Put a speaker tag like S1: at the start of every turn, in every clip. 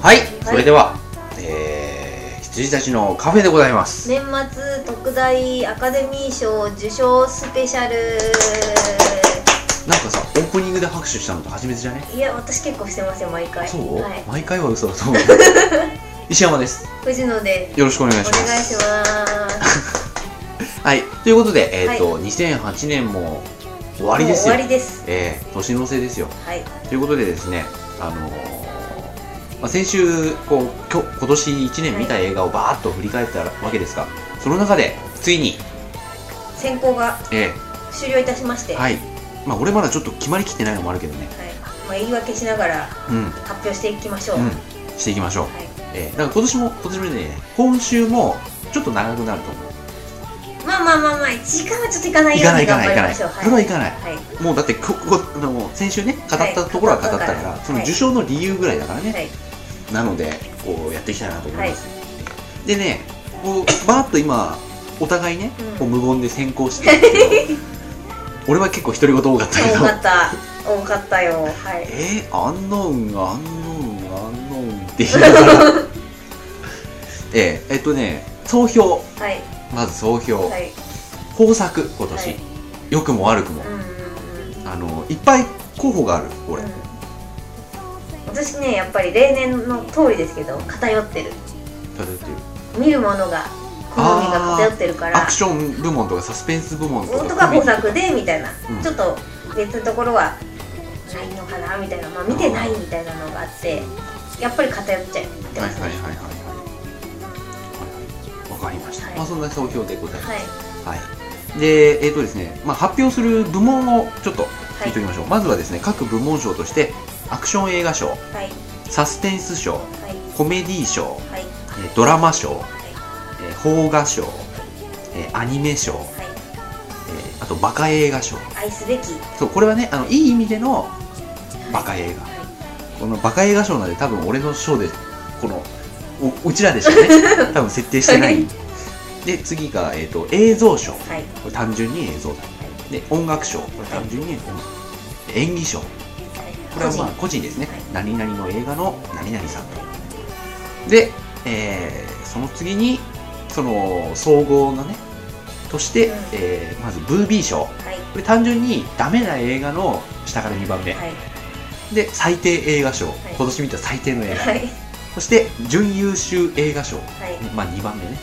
S1: はい、それでは、えー、羊たちのカフェでございます。
S2: 年末特大アカデミー賞受賞スペシャル
S1: なんかさ、オープニングで拍手したのと初めてじゃね
S2: いや私結構してますよ毎回
S1: そう、
S2: はい、
S1: 毎回は嘘だと思う。 石山です。
S2: 藤野で
S1: よろしくお願
S2: お
S1: いし
S2: 願
S1: ます。
S2: いします
S1: はい、ということで、えっ、と、2008年も終わりです
S2: もう終
S1: よ
S2: わ。りです
S1: えー、年の瀬ですよ。
S2: はい
S1: ということでですね、あのーまあ、先週こうきょ今年1年見た映画をバーッと振り返ったわけですが、その中でついに、
S2: 選考が
S1: え
S2: 終了いたしまし
S1: ー
S2: て
S1: はいまあ、俺まだちょっと決まりきってないのもあるけどね、
S2: はいまあ、言い訳しながら
S1: うん、
S2: 発表していきましょう、
S1: う
S2: は
S1: ん、していきましょう、
S2: い、
S1: えー、なんか今年も今年もね今週もちょっと長くなると思う
S2: まあまあまあまあ時間はちょっといかない
S1: 行
S2: よ
S1: か
S2: う
S1: ない
S2: に
S1: 行か
S2: 頑
S1: ない行かな
S2: 張りま
S1: い
S2: しょう
S1: それは行かない
S2: はい、
S1: もうだってここあの先週ね語ったところは語ったから、
S2: はい
S1: その受賞の理由ぐらいだからね、
S2: はい
S1: なのでこうやっていきたいなと思います、でねこうバーッと今お互いね、
S2: うん
S1: こう無言で先行してるけ ど俺は結構独り言多かったけ
S2: 多
S1: ど
S2: かった多かったよはい
S1: えー、アンノウンアンノウンアンノウンって言いながら えー、えっとね総評
S2: はい
S1: まず総評、
S2: はい
S1: 豊作今年、
S2: はい
S1: 良くも悪くも
S2: うんうんうん
S1: あのいっぱい候補がある俺、
S2: うん私ねやっぱり例年の通りですけど偏ってる
S1: ただっていう
S2: 見るものが好みが偏ってるか
S1: ア
S2: ら
S1: クション部門とかサスペンス部門とか
S2: 本当が豊作でみたいな、
S1: うん
S2: ちょっと別のところはないのかなみたいなまあ見てないみたいなのがあってやっぱり偏っちゃいますね
S1: はい
S2: は
S1: はい
S2: い
S1: はいはいはいはいわかりました、
S2: はい
S1: まあそんな総評でございます、はいでえっ、とですね、まあ、発表する部門をちょっと
S2: は
S1: 見ておき
S2: い
S1: ましょう、まずはですね各部門賞としてアクション映画賞
S2: はい
S1: サスペンス賞
S2: はい
S1: コメディ賞
S2: はいはい
S1: えードラマ賞えー邦画賞えーアニメ賞
S2: は
S1: えーあとバカ映画賞
S2: い愛すべき
S1: そうこれはねあのいい意味でのバカ映画
S2: は
S1: このバカ映画賞なんで多分俺の賞でこのおうちらでしかね多分設定してないで次が、えー、と映像賞こ
S2: いはい
S1: れ単純に映像だで音楽賞これ単純に音楽で演技賞これ
S2: 個
S1: は
S2: 人
S1: まあ個人ですね何々の映画の何々さんとで、えーその次にその総合のねとして、
S2: うん
S1: えーまずブービー賞
S2: はい
S1: これ単純にダメな映画の下から2番目、
S2: はい
S1: で最低映画賞、
S2: い
S1: 今年見た最低の映画、
S2: はい
S1: そして準優秀映画賞、
S2: はい
S1: まあ2番目ね、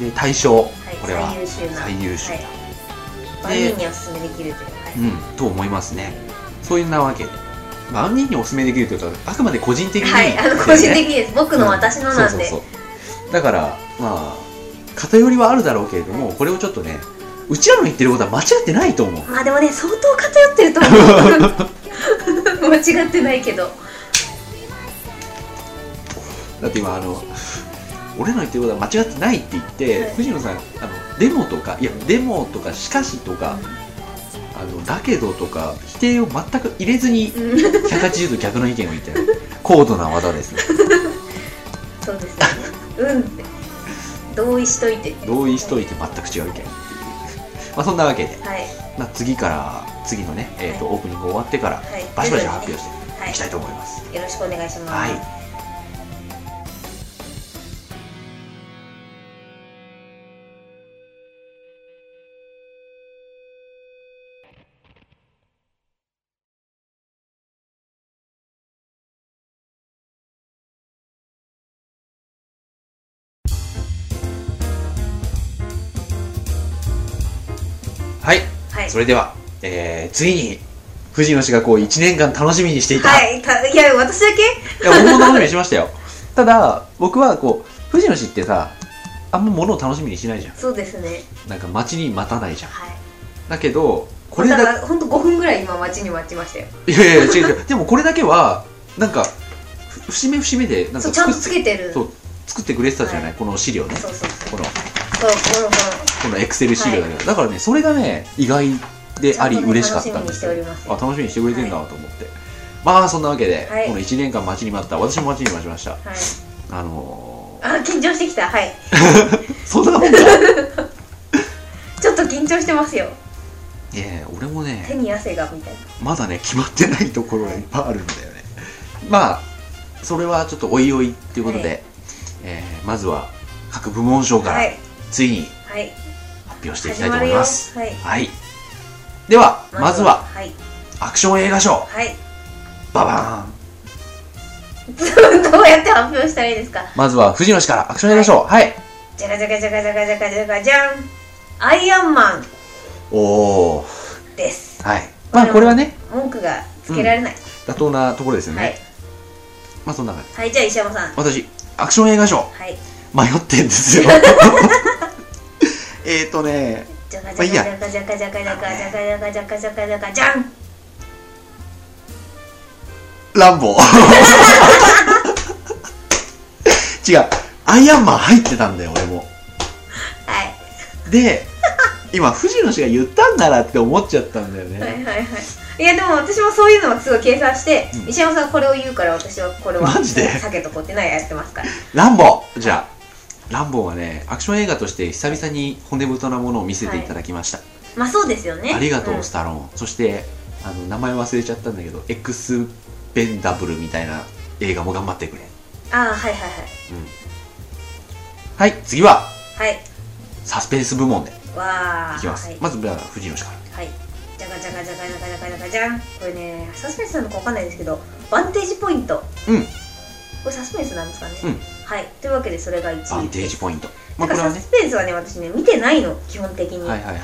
S1: で大賞、これは
S2: 最優秀な
S1: 最優秀だ、
S2: 万人におすすめできるというはい
S1: うんと思いますねそういうなわけでまあ万人にお勧めできるというかあくまで個人的に、
S2: はい、あの
S1: ね
S2: 個人的にです。僕の私のなんで。
S1: そうそうそうだからまあ偏りはあるだろうけれどもこれをちょっとねうちらの言ってることは間違ってないと思う
S2: まあでもね、相当偏ってると思う。 間違ってないけど。
S1: だって今あの俺の言ってることは間違ってないって言って、
S2: はい
S1: 藤野さんあのデモとかいやデモとかしかしとか、あのだけどとか否定を全く入れずに
S2: うん、
S1: 180度逆の意見を言ったよ高度な技ですね
S2: そうですね。うんって。同意しといて。
S1: 同意しといて全く違う意見 っていうまあそんなわけで、
S2: はい、
S1: まあ、次から次のね、えーと
S2: は
S1: オープニング終わってから
S2: はい。
S1: バシバシ発表して
S2: はい
S1: きたいと思います、
S2: い。よろしくお願いします。
S1: はいはい、
S2: はい。
S1: それでは、えー、ついに藤野氏がこう1年間楽しみにしていた、
S2: はい。たいや、私だ
S1: いや、僕も楽しみにしましたよ。ただ、僕はこう、藤野氏ってさ、あんま物を楽しみにしないじゃ
S2: けそうですね。
S1: ん。なんか待ちに待たないじゃん。
S2: はい。
S1: だけど、こ
S2: こ
S1: れ
S2: れだ
S1: だ、
S2: から、ほんと5分ぐらい今待ちに待ちましたよ。
S1: いやいや違う違う。でもこれだけは、なんか、ふ節目節目で、なん
S2: そ
S1: か
S2: う、ちゃん
S1: 作っ
S2: とつ
S1: て、
S2: けてる。
S1: そ
S2: そう
S1: う、作ってくれてたじゃない、
S2: はい
S1: この資料ね。
S2: そうそうそう。
S1: この、
S2: そう、この、こ
S1: このエクセル資料だけど、だからね、それがね、意外で
S2: の。
S1: あり、嬉しかっ
S2: ちゃ
S1: た
S2: ん
S1: ん
S2: と
S1: で
S2: ね楽しみにし
S1: す
S2: てお
S1: よ。
S2: ります。
S1: あ、楽しみにしてくれてんだと思って。まあ、そんなわけで、
S2: はい
S1: この1年間待ちに待った、私も待ちに待ちました。
S2: はい。
S1: あの
S2: あ、緊張してきた。はい。
S1: ー、そんなもんか
S2: ちょっと緊張してますよ。
S1: いやいや、俺もね、
S2: 手に汗がみたいな。
S1: まだね決まってないところがいっぱいあるんだよねまあそれはちょっとおいおいっていうことで、
S2: は
S1: えーまずは各部門賞から
S2: はい
S1: ついに
S2: はい
S1: 発表していきたいと思います。
S2: 始まるよ
S1: はい、では、まずは
S2: はい
S1: アクション映画賞、
S2: はい
S1: ババーン
S2: どうやって発表したらいいですか
S1: まずは藤野氏からアクション映画賞、はい、
S2: じゃかじゃかじゃかじゃかじゃかじゃかじゃんアイアンマン
S1: おー、
S2: です
S1: はい、まあこれはね、
S2: 文句がつけられない、
S1: 妥当なところですよね。
S2: はい
S1: まあそんな感じ。
S2: はいじゃあ石山さん
S1: 私、アクション映画賞、
S2: はい
S1: 迷ってん ですよ。えーとね、
S2: じゃか
S1: まあいい
S2: じ
S1: や
S2: ゃかじゃかじゃかじゃかじゃかじゃかじゃかじゃかじゃかじゃん
S1: ランボ ー。違う、アイアンマン入ってたんだよ、俺も。
S2: はい
S1: で、今、藤野氏が言ったんならって思っちゃったんだよね。
S2: はいはいはいいやでも私もそういうのはすごい計算して、
S1: うん
S2: 石山さんこれを言うから私はこれは
S1: マジで
S2: 避けとこうってないやってますから
S1: ランボーじゃあ、ランボーはね、アクション映画として久々に骨太なものを見せていただきました。
S2: まあそうですよね
S1: ありがとう、
S2: ん
S1: スタローン。そして、あの、名前忘れちゃったんだけど、エクスペンダブルみたいな映画も頑張ってくれ。
S2: ああはいはい
S1: はい、次は、
S2: はいはい
S1: サスペンス部門で
S2: わあ
S1: いきます。
S2: はい、
S1: まず、じゃあ藤野氏から。
S2: はいじゃかじゃかじゃかじゃかじゃかじゃかじゃんこれねサスペンスなのかわかんないですけどバンテージポイント
S1: うん
S2: これサスペンスなんですかね、
S1: うん
S2: はいというわけでそれが1位
S1: バンテージポイント。まあ、
S2: だ
S1: これ
S2: から
S1: は
S2: サ
S1: ね。
S2: スペンスはね私ね見てないの基本的に、
S1: はいはいはいは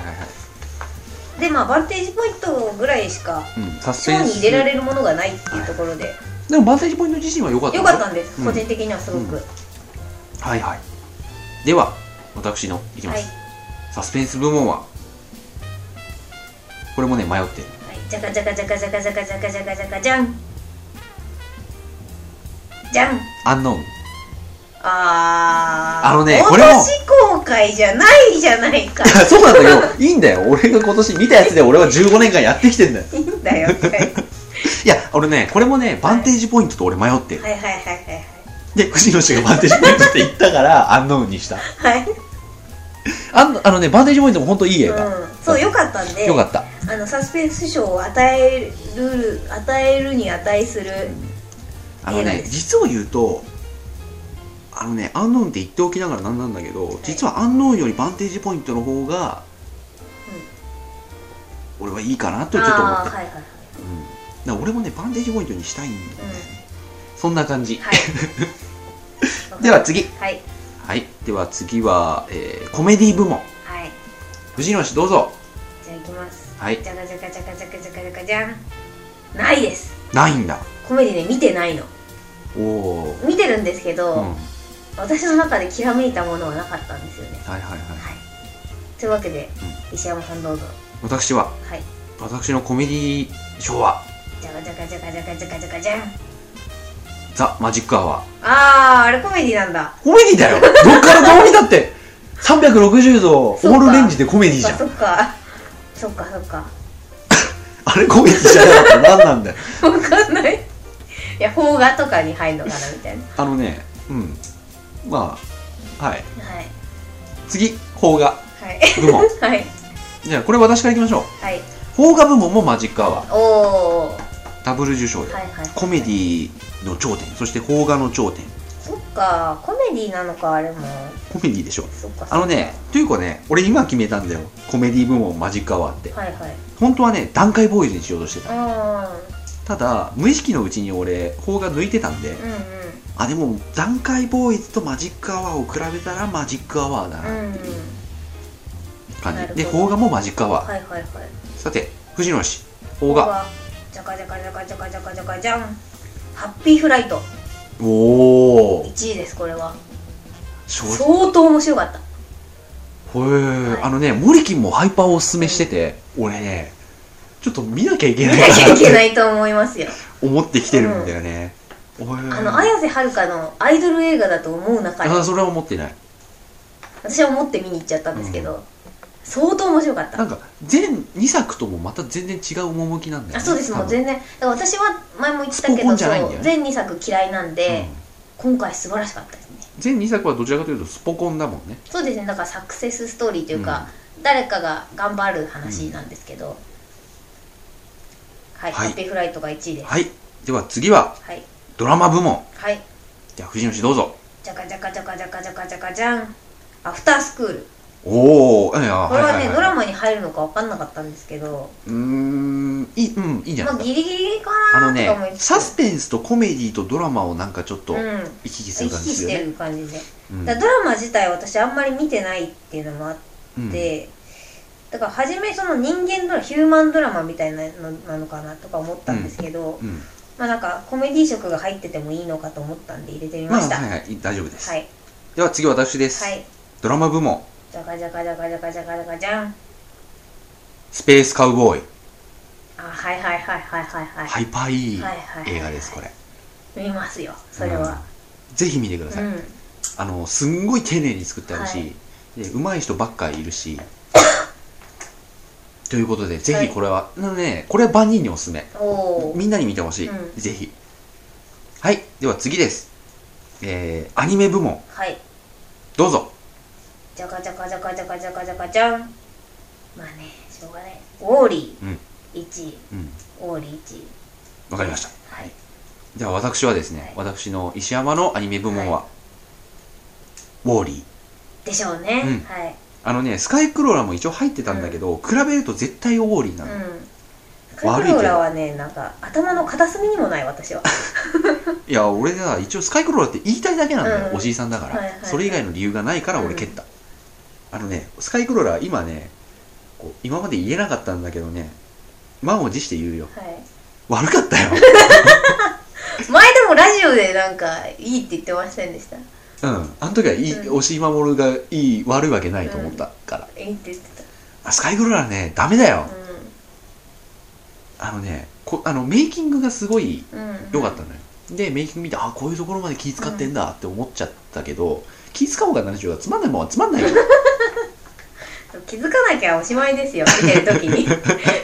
S1: い。
S2: でまあバンテージポイントぐらいしか
S1: うん、サスペ
S2: 賞
S1: ン
S2: に
S1: ス。
S2: 入れられるものがないっていうところで
S1: でも、バンテージポイント自身は良かった
S2: 良
S1: よ。
S2: かったんです、
S1: うん
S2: 個人的にはすごく、
S1: うんはいはい。では、私の、いきま
S2: はい
S1: す。サスペンス部門は、これもね、迷ってる。
S2: はいじゃかじゃかじゃかじゃかじゃかじゃかじゃかじゃかじゃんじゃん
S1: アンノー ン。
S2: あー
S1: あのね
S2: 今
S1: これも
S2: 年公開じゃないじゃないか
S1: いやそうなんだけど、いいんだよ。俺が今年見たやつで俺は15年間やってきてんだよ。
S2: いいん だよはいはい
S1: いや、俺ね、これもね、バンテージポイントと俺迷ってる。
S2: はいはい
S1: で、藤野氏がバンテージポイントって言ったから、アンノーンにした。
S2: はいはい
S1: あんあのね、バンテージポイントも本当いい映画。
S2: はい、うん、そう良かったんで
S1: よかった。
S2: あのサスペンス賞を与える与えるに値する
S1: あの
S2: 映画
S1: ね
S2: で、す
S1: 実を言うと、あのね、アンノーンって言っておきながらなんなんだけど、実はアンノーンよりバンテージポイントの方が、俺はいいかなとちょっと思
S2: あ
S1: っ
S2: あー
S1: てる。
S2: はいはいはい
S1: うんだから俺もね、バンテージポイントにしたいんだよね。そんな感じ。
S2: はい
S1: では次。
S2: はい
S1: はい。では次は、えー、コメディ部門。
S2: はい
S1: 藤野氏どうぞ。
S2: じゃあ行きます
S1: はい。
S2: じゃかじゃかじゃかじゃかじゃかじゃかじゃんないです
S1: ないんだ。
S2: コメディね見てないの
S1: おお。
S2: 見てるんですけど、
S1: うん。はい
S2: 私の中できらめいたものはなかったんですよね
S1: はいはい。
S2: はいというわけで、石山さんどうぞ
S1: 私は、
S2: はい
S1: 私のコメディ賞は、
S2: じゃかじゃかじゃかじゃかじゃかじゃかじゃん
S1: ザ・マジック・アワー。
S2: あーあれコメディなんだ
S1: コメディだよどっからどう見たって360度オ
S2: そうか
S1: ールレンジでコメディじ
S2: そっ
S1: ゃん
S2: かそっかそっかそっか
S1: あれコメディじゃなかった何なんだよ
S2: わかん ないいや邦画とかに入るのかなみたいな
S1: あのねうんまあはい
S2: はい
S1: 次邦画
S2: はい
S1: 部 門
S2: はい
S1: じゃあこれ私からいきましょう
S2: はい
S1: 邦画部門もマジックアワー
S2: おおは
S1: ダブル受賞
S2: い
S1: で、
S2: はいはい
S1: コメディの頂点そして邦画の頂点
S2: そっかコメディなのかあれも
S1: コメディでしょ
S2: そっか
S1: あのねというかね俺今決めたんだよコメディ部門マジックアワーって
S2: はいはい
S1: 本当はね段階ボーイズにしようとしてた
S2: う
S1: ただ無意識のうちに俺邦画抜いてたんで、
S2: んうん
S1: あでも段階ボーイズとマジックアワーを比べたらマジックアワーだ
S2: うん
S1: な
S2: うんうん
S1: 感じ、
S2: なるほ
S1: で
S2: ど
S1: 邦画もマジックアワー、
S2: はいはいはい
S1: さて藤野氏邦画
S2: じゃかじゃかじゃかじゃかじゃかじゃかじゃんハッピーフライト
S1: おお
S2: 1位ですこれは
S1: 正直
S2: 相当面白かった
S1: へ
S2: は
S1: え
S2: い
S1: あのねモリキンもハイパーをおすすめしてて俺ねちょっと見なきゃいけな
S2: 見
S1: い
S2: なき
S1: かない
S2: ゃ
S1: っ
S2: け
S1: て
S2: ないと思いますよ
S1: 思ってきてるんだよね、おー
S2: あの綾瀬はるかのアイドル映画だと思う中
S1: あ
S2: に
S1: それは思ってない
S2: 私は思って見に行っちゃったんですけど、相当面白か
S1: な
S2: った
S1: んか全2作ともまた全然違う趣なんだよ、ね、
S2: あそうですもう全然だから私は前も言ってた
S1: スポ
S2: け
S1: コン
S2: ど
S1: じゃないんだよね
S2: 全2作嫌いなん
S1: 然
S2: で、今回素晴らしかったですね
S1: 全2作はどちらかというとスポコンだもんね
S2: そうですねだからサクセスストーリーというか、誰かが頑張る話なんですけど、はい、
S1: はい
S2: ハッピーフライトが1位です
S1: はいでは次は
S2: はい、
S1: ドラマ部門。
S2: はい
S1: じゃあ、藤野氏どうぞ。
S2: じゃかじゃかじゃかじゃかじゃかじゃかじゃんアフタースクール
S1: おお、いやいや、
S2: これはね、ドラ
S1: マ。
S2: マに入るのか分かんなかったんですけど、
S1: うーん、いい、うん、いいんじゃな
S2: ま
S1: い
S2: あ、
S1: ですか。
S2: ギリギリか
S1: あ
S2: な
S1: の
S2: ーとか思い
S1: ね、
S2: つつ
S1: サスペンスとコメディとドラマをなんかちょっと
S2: うん
S1: 行き来す
S2: 意
S1: る感じ
S2: 識
S1: です
S2: し
S1: よ
S2: て
S1: ね。
S2: る感じで、
S1: うん
S2: だからドラマ自体私あんまり見てないっていうのもあっ
S1: うん
S2: て、だから初めその人間ドラマヒューマンドラマみたいなのなのかなとか思ったんですけど、
S1: うん
S2: まあなんかコメディ色が入っててもいいのかと思ったんで入れてみ
S1: ま
S2: ま
S1: あ、
S2: した、
S1: はい
S2: はい
S1: はい、大丈夫です。
S2: はい
S1: では次私です。ドラマ部門、
S2: じゃかじゃかじゃかじゃかじゃかじゃかじゃん
S1: スペースカウボーイ、
S2: あはいはいはいはいはいはい、
S1: ハイパーいい
S2: はいはいはい
S1: 映画です、これ。
S2: 見ますよそれは
S1: ぜひ見てくだ
S2: う
S1: さい。
S2: ん、
S1: あの、すんごい丁寧に作ってある
S2: は
S1: し、で上手い人ばっかりいる し、ということで、ぜひこれは、なのでね、これは万人におすすめ。
S2: おお
S1: みんなに見てほしい、
S2: うん
S1: ぜひはいでは次ですえー、アニメ部門
S2: はい
S1: どうぞ
S2: じゃかじゃかじゃかじゃかじゃかじゃかじゃんまあねしょうがないオーリ
S1: うん
S2: ー1
S1: うん
S2: オーリー1
S1: わかりました
S2: はい
S1: では私はですね、
S2: はい
S1: 私の石山のアニメ部門は、ウォーリー
S2: でしょうね、
S1: うん
S2: はい
S1: あのねスカイクローラーも一応入ってたんだけど、比べると絶対ウォーリーなの、
S2: うんカ
S1: 悪いけど
S2: クローラはねなんか頭の片隅にもない私はい
S1: や俺が一応スカイクローラーって言いたいだけなんだよ、
S2: うん
S1: おじいさんだから、
S2: はいはいはい
S1: それ以外の理由がないから俺蹴った、あのねスカイクローラー今ねこう今まで言えなかったんだけどね満を持して言うよ
S2: はい
S1: 悪かったよ
S2: 前でもラジオでなんかいいって言ってませんでした
S1: うん、あの時はいい、
S2: うん
S1: 押井守がいい悪いわけないと思ったから、
S2: いいって言って
S1: あスカイグローラーねダメだよ
S2: た、う
S1: あのねこあのメイキングがすごい
S2: んうん
S1: 良かったのよ、でメイキング見てあこういうところまで気使ってんだって思っちゃったけど、気使おうが何しようがつまんないもんはつまんないよ
S2: 気づかなきゃおしまいですよ見てる時 に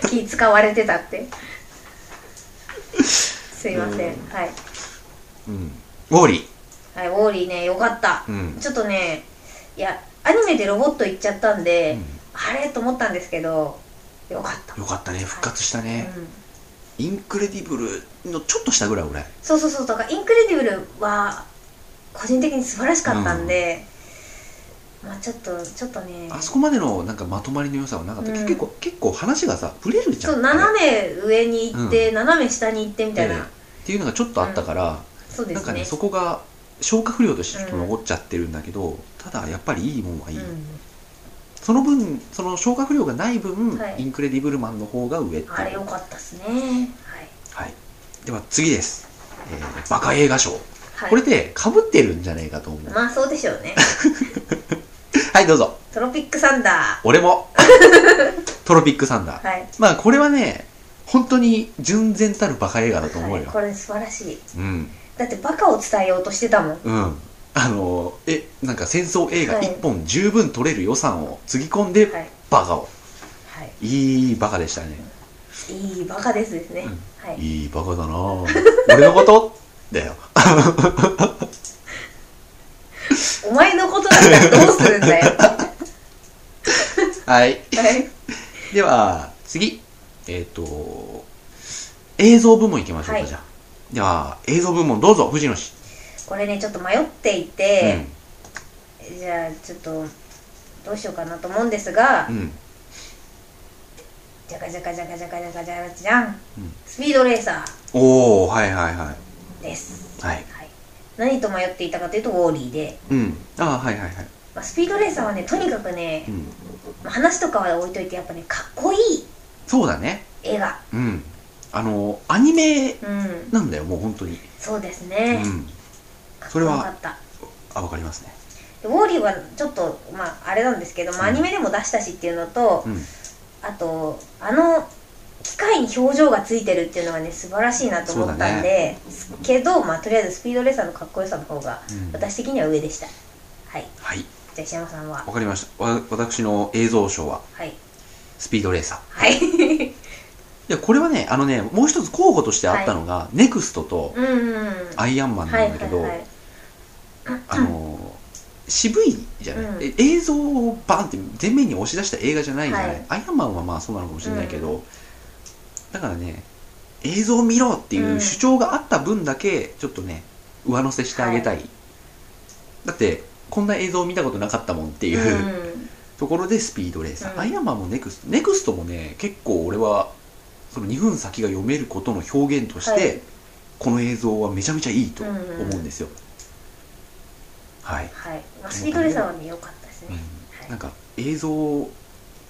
S2: 気使われてたってすいません、
S1: うん
S2: はい
S1: うんウォーリー、
S2: はいウォーリーねよかった
S1: う、ん
S2: ちょっとねいやアニメでロボット行っちゃったんで、
S1: う
S2: あれと思ったんですけどよかった
S1: ん、よかったね復活したね、
S2: うん
S1: インクレディブルのちょっとしたぐらい俺
S2: そうそうそうだからインクレディブルは個人的に素晴らしかったんで、まあちょっとちょっとね
S1: あそこまでのなんかまとまりの良さはなかった、
S2: うん
S1: 結構結構話がさブレるじゃん
S2: そう斜め上に行って、斜め下に行ってみたいな、
S1: ねっていうのがちょっとあったから、
S2: そうで
S1: なん
S2: す
S1: か
S2: ね
S1: ねそこが消化不良としてちょっと残っちゃってるんだけど、ただやっぱりいいもんはいい、
S2: うん、
S1: その分その消化不良がない分、
S2: はい
S1: インクレディブルマンの方が上っていう
S2: あれよかったっすねはい、
S1: はい、では次です、えーバカ映画賞
S2: はい、
S1: これでかぶってるんじゃねえかと思う
S2: まあそうでし ょうね
S1: はいどうぞ
S2: トロピックサンダ
S1: 俺も トロピックサンダー
S2: ーはい
S1: まあこれはね本当に純然たるバカ映画だと思う
S2: はい
S1: よ、
S2: これ素晴らしい
S1: うん
S2: だってバカを伝えようとしてたもん
S1: うんあのーえなんか戦争映画
S2: はい
S1: 1本十分取れる予算をつぎ込んで
S2: はい、
S1: バカを
S2: はい
S1: いバカでしたね。
S2: い、いバカですですね、
S1: うん
S2: はい
S1: いいバカだなぁ。俺の ことだよ。
S2: お前のことだったらどうするんだよは
S1: はい。
S2: い
S1: では、次。えっ、と、映像部門行きましょうか、
S2: はい
S1: じゃあ。では、映像部門どうぞ、藤野氏。
S2: これねちょっと迷っていて、じゃあちょっとどうしようかなと思うんですが、
S1: うん。うん。
S2: じゃかじゃかじゃかじゃかじゃかじゃかじゃん、
S1: うん
S2: スピードレーサ
S1: おー、はいはいは
S2: ーです、
S1: い。はい。
S2: はい、何と迷っていたかというとウォーリーで、
S1: うん。あー、はいはいはい。
S2: まあ、スピードレーサーはねとにかくね
S1: う、ん。
S2: まあ話とかは置いといてやっぱねかっこいい
S1: そうだね。
S2: 映画
S1: うん。あの、アニメ
S2: うん
S1: なんだよ、もう本当に。
S2: そうです
S1: う
S2: ね、
S1: ん。
S2: かっ
S1: そ
S2: こ
S1: れ
S2: よ
S1: は
S2: かった
S1: あ、わかりますね。
S2: でウォーリーはちょっとまああれなんですけど、まあ、アニメでも出したしっていうのと、
S1: うん。
S2: あとあの機械に表情がついてるっていうのがね素晴らしいなと思ったんで、けどまあとりあえずスピードレーサーのかっこよさの方が
S1: うん
S2: 私的には上でした、はい
S1: はい。
S2: じゃあ石山さんは
S1: わかりました。わ私の映像賞は、
S2: はい
S1: スピードレーサー。
S2: はい
S1: いや、これはね、あのね、もう一つ候補としてあったのが、ネクストと
S2: うんうんうん
S1: アイアンマン
S2: は
S1: ないん
S2: は
S1: だ
S2: い
S1: けど、
S2: はい
S1: あのー渋いじゃない、
S2: うん
S1: え映像をバンって前面に押し出した映画じゃないじゃない、
S2: はい
S1: アイアンマンはまあそうなのかもしれないけど、だからね、映像を見ろっていう主張があった分だけちょっとね上乗せしてあげたい、だってこんな映像見たことなかったもんって
S2: う
S1: いう、
S2: ん
S1: ところでスピードレーサー、
S2: うん
S1: アイアンマンもネクストネクストもね結構俺はその2分先が読めることの表現として、
S2: はい
S1: この映像はめちゃめちゃいいと
S2: うん
S1: 思
S2: うん
S1: うんですよ、はい、
S2: はい、まあ、スピードレーサーはね良かったですね、
S1: な
S2: は
S1: ん
S2: い
S1: か映像を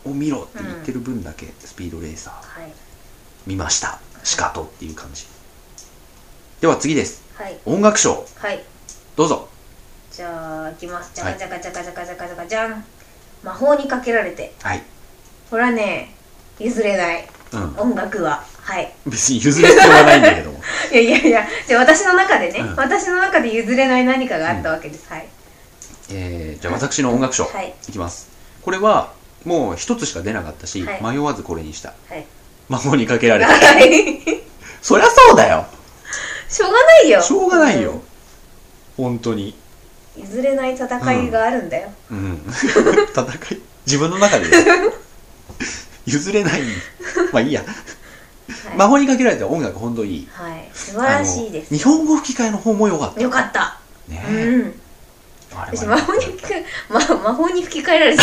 S1: 見ろって言ってる分だけ、スピードレーサー
S2: はい
S1: 見ましたしかとっていう感じでは次です
S2: はい
S1: 音楽賞
S2: はい
S1: どうぞ
S2: じゃあいきますじゃ
S1: は
S2: か
S1: い
S2: じゃかじゃかじゃかじゃかじゃかじゃん魔法にかけられて
S1: はい
S2: これはね譲れない
S1: うん
S2: 音楽ははい
S1: 別に譲る必要はないんだけども
S2: いやいやいやじゃあ私の中でね、
S1: うん
S2: 私の中で譲れない何かがあったわけです、はい
S1: えー、じゃあ私の音楽賞、
S2: はい
S1: いきますこれはもう一つしか出なかったし、
S2: はい
S1: 迷わずこれにした
S2: はい
S1: 魔法にかけられた
S2: はい
S1: そりゃそうだよ
S2: しょうがないよ
S1: しょうがないよ、本当に
S2: うん譲れない戦いがあるんだよ、
S1: うん 戦い自分の中でよ 譲れないまあいいや、
S2: はい
S1: 魔法にかけられた音楽本当にいい
S2: はい素晴らしいで
S1: あの
S2: す
S1: 日本語吹き替えの方も良かった
S2: よかった、
S1: ね
S2: うん
S1: あれは
S2: 私魔法にかけ、ま、魔法に吹き替えら れて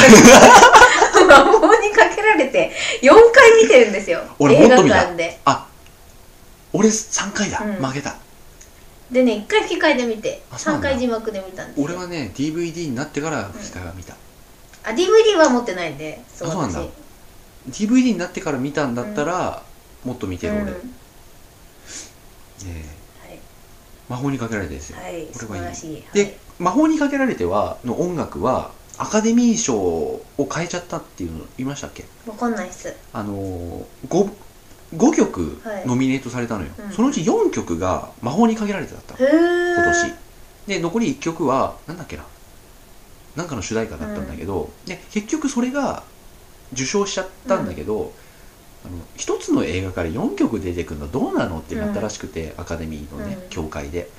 S2: 魔法にかけられて4回見てるんですよ
S1: 俺もっと見た
S2: 映画館で
S1: あ俺3回だ、
S2: うん
S1: 負けた
S2: でね1回吹き替えで見て
S1: あそうな
S2: 3
S1: んだ
S2: 回字幕で見たんですよ
S1: 俺はね DVD になってから吹き替えは見た、
S2: あ DVD は持ってないんでそう
S1: あそうなんだ
S2: 私
S1: DVD になってから見たんだったら、もっと見てる俺、
S2: うん
S1: ねえ魔法にかけられてですよ、
S2: はい、はい、
S1: これ
S2: 素
S1: はいい
S2: 晴らしい
S1: で、
S2: はい
S1: 魔法にかけられてはの音楽はアカデミー賞を変えちゃったっていうの言いましたっけ
S2: わかんないっす
S1: あのー、5, 5曲
S2: はい
S1: ノミネートされたのよ、
S2: うん
S1: そのうち4曲が魔法にかけられてだったの
S2: へえ
S1: 今年で残り1曲はなんだっけななんかの主題歌だったんだけど、で結局それが受賞しちゃったんだけど、あの一つの映画から4曲出てくるのどうなのってなったらしくて、アカデミーのね、
S2: うん
S1: 協会で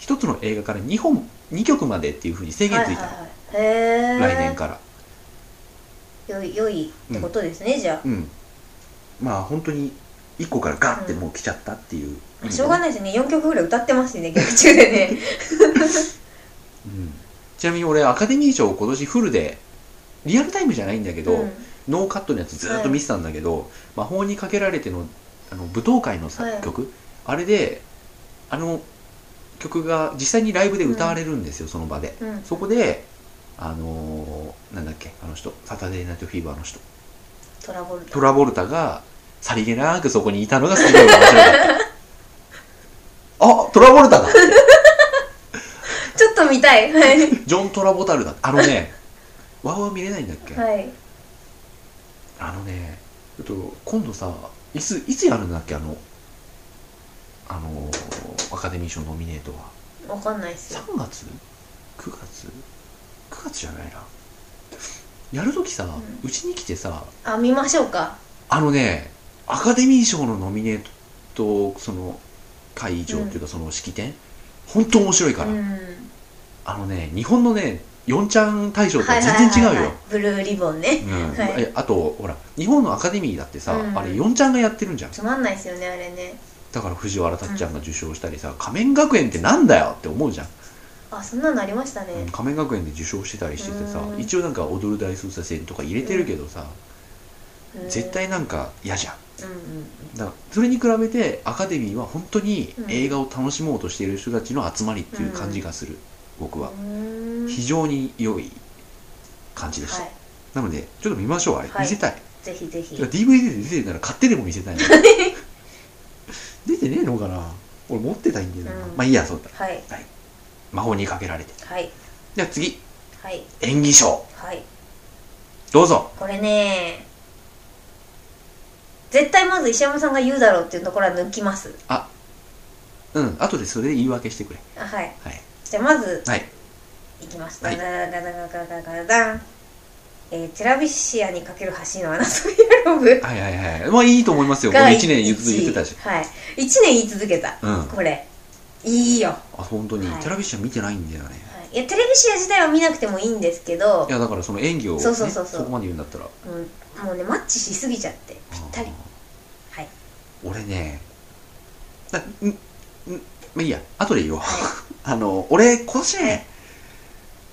S1: 一つの映画から2本2曲までっていうふうに制限ついたの、
S2: はいはいはい、へえ
S1: 来年から
S2: 良い良いってことですね、じゃ
S1: うんまあ本当に1個からガッてもう来ちゃったっていう、
S2: あしょうがないですね4曲ぐらい歌ってますしね劇中でね
S1: うんちなみに俺アカデミー賞を今年フルでリアルタイムじゃないんだけど、
S2: うん
S1: ノーカットのやつずーっと見てたんだけど、魔法にかけられてのあの舞踏会の作
S2: はい
S1: 曲、あれであの曲が実際にライブで歌われるんですよ、その場で
S2: うん、
S1: そこであのーなんだっけあの人サタデーナイトフィーバーの人
S2: トラボルタ
S1: トラボルタがさりげなくそこにいたのがすごい面白か ったあトラボルタだ
S2: ちょっと見たいはい
S1: ジョン・トラボタルだあのねワーワー見れないんだっけ、
S2: はい
S1: あのね、えっと、今度さ、いつ、いつやるんだっけ、あの、あのーアカデミー賞ノミネートは。
S2: わかんないっすよ
S1: 3月 ?9 月 ?9 月じゃないな。やるときさ、うち、に来てさ、
S2: あ見ましょうか
S1: あのね、アカデミー賞のノミネートと、その、会場っていうか、その式典、ほんと面白いから。
S2: うん
S1: あのね、日本のね、4ちゃん大賞とは全然違うよ。
S2: ブルーリボンね
S1: うん
S2: はい
S1: えあとほら日本のアカデミーだってさ、
S2: うん
S1: あれ4ちゃんがやってるんじゃん
S2: つまんないっすよねあれね
S1: だから藤原たっちゃんが受賞したりさ、仮面学園ってなんだよって思うじゃん、
S2: あそんなのありましたね、
S1: うん仮面学園で受賞してたりしててさ、
S2: うん
S1: 一応なんか踊る大捜査線とか入れてるけどさ、
S2: うん
S1: 絶対なんか嫌じゃん
S2: うんうん
S1: だからそれに比べてアカデミーは本当に映画を楽しもうとしている人たちの集まりっていう感じがする、僕は
S2: うん
S1: 非常に良い感じでした、
S2: は
S1: なのでちょっと見ましょうあれ、
S2: はい
S1: 見せたい
S2: いぜひぜひ
S1: てか DVD で出てるなら買ってでも見せ たいな出てねえのかな俺持ってたいんだよな、
S2: うん
S1: まあいいやそうだ
S2: はい
S1: 魔法にかけられて
S2: はい
S1: じゃあ次
S2: はい
S1: 演技賞
S2: はい
S1: どうぞ
S2: これね絶対まず石山さんが言うだろうっていうところは抜きます
S1: うん後でそれで言い訳してくれ
S2: あはい、
S1: はい
S2: じゃあまず
S1: はい
S2: いきます、
S1: はい
S2: ダダダダダダダダダンえー、テラビシアにかける橋のアナソフィアロブ
S1: はいはいはいまあいいと思いますよこれ
S2: が
S1: 1
S2: 一
S1: 年言い続けてたし
S2: はい1年言い続けた、
S1: うんあ
S2: これいいよ、は
S1: 本当に、
S2: はい
S1: テラビシャン見てないんだよね
S2: い、いやテレビシア自体は見なくてもいいんですけど
S1: いやだからその演技を、ね、
S2: そうそうそうそう
S1: こまで言うんだったら
S2: もうもうねマッチしすぎちゃってぴったり
S1: あー
S2: はい
S1: 俺ねだんんまあいいや後で言おうあの俺今年ね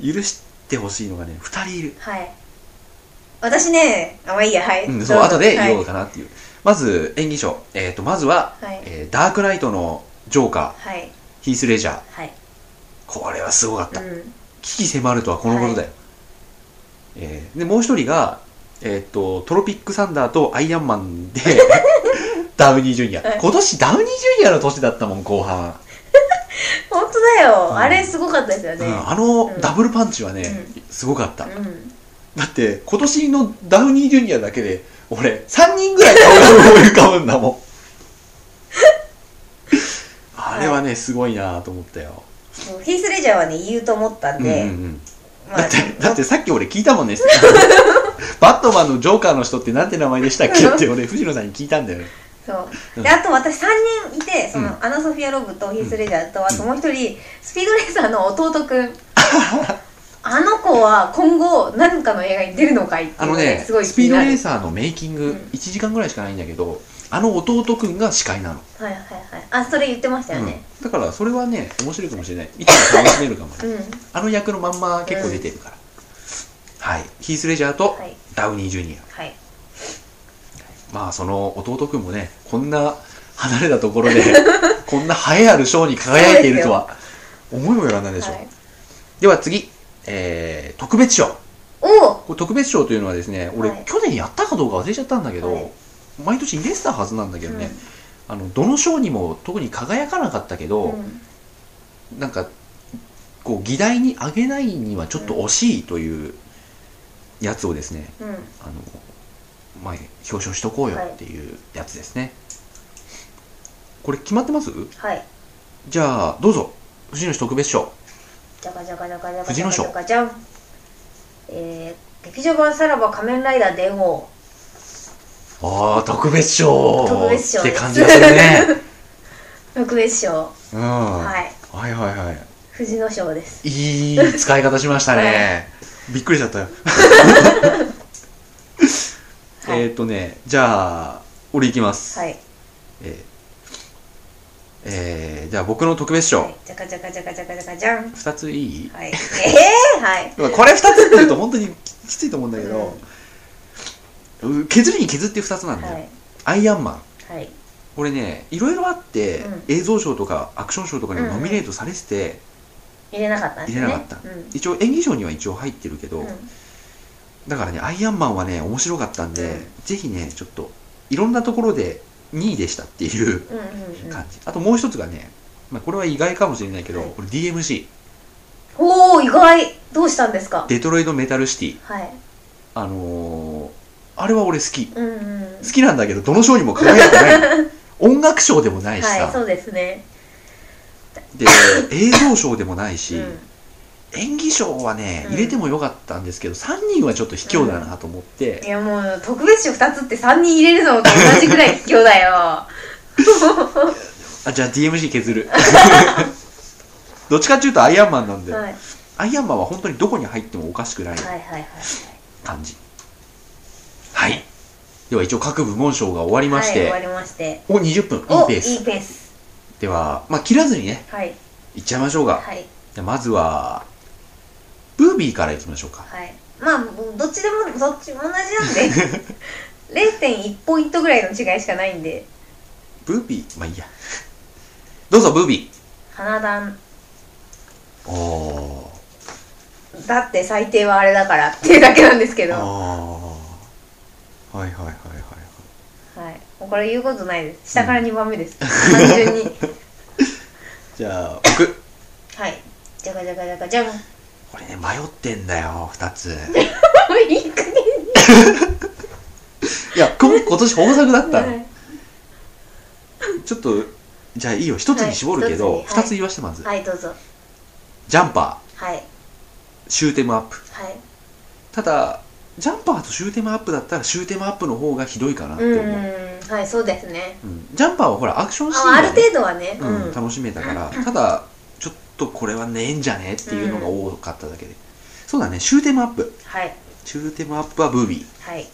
S1: 許してほしいのがね2人いる、
S2: はい私ねあまあいいやはい、
S1: うん、そう後で言おう
S2: か
S1: かなっていう、まず演技賞、えー、とまずは、
S2: はい
S1: えーダークナイトのジョーカー
S2: はい
S1: ヒース・レジャー
S2: はい、
S1: これはすごかった、
S2: うん
S1: 危機迫るとはこのことだよ、えーでもう一人が、えーっとトロピック・サンダーとアイアンマン でダウニー・ジュニア、
S2: はい
S1: 今年ダウニー・ジュニアの年だったもん後半、
S2: 本当だよ、
S1: うん
S2: あれすごかったですよ
S1: う
S2: ね
S1: ん、あの
S2: うん
S1: ダブルパンチはね、すごかった、
S2: うん、
S1: だって今年のダウニー・ジュニアだけで俺3人ぐらい顔が思い浮かぶんだも んあれはねすごいなと思ったよ、
S2: そうヒース・レジャーはね言うと思ったんで、
S1: うんうんうん
S2: ま
S1: だ
S2: あ
S1: って、だってさっき俺聞いたもん ね。バットマンのジョーカーの人ってなんて名前でしたっけって俺、藤野さんに聞いたんだよね。
S2: そう
S1: うん
S2: であと私3人いてその、
S1: うん
S2: アナ・ソフィア・ロブとヒース・レジャーとあともう一人、スピードレーサーの弟くんあの子は今後何かの映画に出るのかいって
S1: あ
S2: いう
S1: の
S2: のが
S1: ね、
S2: すごい
S1: ス
S2: 気
S1: ピー
S2: に
S1: ド
S2: なる
S1: レーサーのメイキン
S2: う
S1: グ
S2: ん
S1: 1時間ぐらいしかないんだけど、あの弟くんが司会なの。
S2: はいはいはいあそれ言ってましたよね
S1: うんだからそれはね、面白いかもしれない。一気に楽しめるかも
S2: う
S1: ね。
S2: ん、
S1: あの役のまんま結構出てるから。はい。ヒース・レジャーと
S2: はい
S1: ダウニー・ジュニア。
S2: はい
S1: まあその弟くんもね、こんな離れたところで、 こんな栄えある賞に輝いているとは思いもよらないでしょう。
S2: はい
S1: では次、えー、特別賞
S2: お
S1: これ特別賞というのはですね俺、
S2: はい
S1: 去年やったかどうか忘れちゃったんだけど、
S2: はい
S1: 毎年入れてたはずなんだけどね、
S2: う
S1: あのどの賞にも特に輝かなかったけど
S2: ん、うん
S1: なんかこう議題に挙げないにはちょっと惜しいというやつをですね、
S2: うん
S1: あのまあ、表彰しとこうよっていうやつですね、これ決まってます
S2: はい
S1: じゃあどうぞ藤野氏特別賞
S2: じゃかじゃかじゃかじゃか
S1: 藤
S2: じゃ
S1: 野
S2: か
S1: 賞
S2: じゃかじゃんえー、劇場版さらば仮面ライダー伝王
S1: ああ特別賞
S2: 特別賞
S1: っ
S2: です
S1: て感じがするね、
S2: 特別賞
S1: うん
S2: はい
S1: はいはいは
S2: 藤野賞です
S1: いいい使い方しましたねびっくりしちゃったよ
S2: はい
S1: えーっとねじゃあ俺いきます、
S2: はい
S1: えーえーじゃあ僕の特別賞、
S2: はいじゃかじゃかじゃかじゃかじゃかじゃ
S1: 二
S2: ん
S1: 2ついい、
S2: はい。ええはい。
S1: これ2つって言うと本当にき ついと思うんだけど、う削りに削って2つなんだよ、
S2: はい。
S1: アイアンマン
S2: はい。
S1: これねいろいろあって、
S2: うん
S1: 映像賞とかアクション賞とかにもノミネートされてて、
S2: 入れなかったんですね。
S1: 入れなかった
S2: うん。
S1: 一応演技賞には一応入ってるけど、
S2: うん
S1: だからねアイアンマンはね面白かったんで、
S2: うん
S1: ぜひねちょっといろんなところで2位でしたっていう
S2: うんうんうん
S1: 感じ、あともう一つがね、まあ、これは意外かもしれないけど、
S2: はい
S1: これ DMC
S2: おお意外どうしたんですか
S1: デトロイド・メタル・シティ
S2: はい
S1: あのーあれは俺好き
S2: うんうん
S1: 好きなんだけどどの賞にも輝いてない 音楽賞でもないしさ、
S2: はいそうですね
S1: で映像賞でもないし、
S2: うん
S1: 演技賞はね
S2: うん
S1: 入れてもよかったんですけど、3人はちょっと卑怯だなと思って、
S2: いやもう特別賞2つって3人入れるのと同じぐらい卑怯だよ
S1: あじゃあ DMC 削る どっちかっていうとアイアンマンなんで、
S2: はい
S1: アイアンマンは本当にどこに入ってもおかしくない
S2: はいはいはい
S1: 感じはい、では一応各部門賞が終わりまし
S2: はい
S1: て、
S2: 終わりまして
S1: お20分いい
S2: お
S1: ペース
S2: いいペース
S1: ではまあ切らずにね
S2: はい
S1: いっちゃいましょうが、
S2: はい
S1: じゃあまずはブービーからいきましょうか
S2: はいまあどっちでもどっちも同じなん で0.1ポイントぐらいの違いしかないんで
S1: ブービーまあいいやどうぞブービ
S2: 花壇
S1: ーおー
S2: だって最低はあれだからっていうだけなんですけどは
S1: あーはいはいはいはいはい
S2: いもうこれ言うことないです下から2番 目です、単純に
S1: じゃあ僕
S2: はいじゃかじゃかじゃかじゃんも
S1: これね迷ってんだよ2つ
S2: ういい加減
S1: いや、こ 今年豊作だった
S2: は
S1: の。
S2: い
S1: ちょっと、じゃあいいよ、一つに絞るけ
S2: は
S1: ど
S2: い、一つに
S1: 二、つ言わしてまず、
S2: はいどうぞ
S1: ジャンパ
S2: はい
S1: ー、シューテムアップ。
S2: はい
S1: ただ、ジャンパーとシューテムアップだったら、シューテムアップの方がひどいかなって
S2: う
S1: 思う。
S2: んうんはいそうですね
S1: うんジャンパーはほら、アクションシーン
S2: あある
S1: がね
S2: 程度はねうん、
S1: うん楽しめたから、ただ、ちょっとこれはねえんじゃねっていうのが多かっただけで。そうだね、シューテムアップ。
S2: はい
S1: シューテムアップはブービー。
S2: はい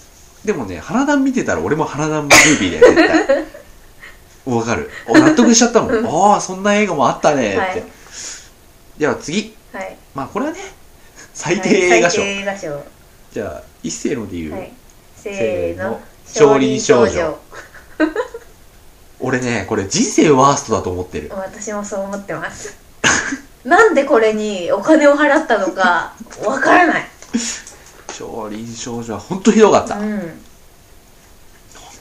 S1: でもね、花壇見てたら、俺も花壇もブービーだよ、絶対。 わかるお納得しちゃったもんああそんな映画もあったねって、
S2: はい
S1: では次
S2: はい
S1: まあこれはね最低映画賞、
S2: はい最低映画賞
S1: じゃあ一世ので言う、
S2: はいせーの
S1: せーの少林少女
S2: 少林
S1: 俺ねこれ人生ワーストだと思ってる
S2: 私もそう思ってます なんでこれにお金を払ったのかわからない、
S1: 少林少女は本当ひどかった、ほん、
S2: うん、
S1: 本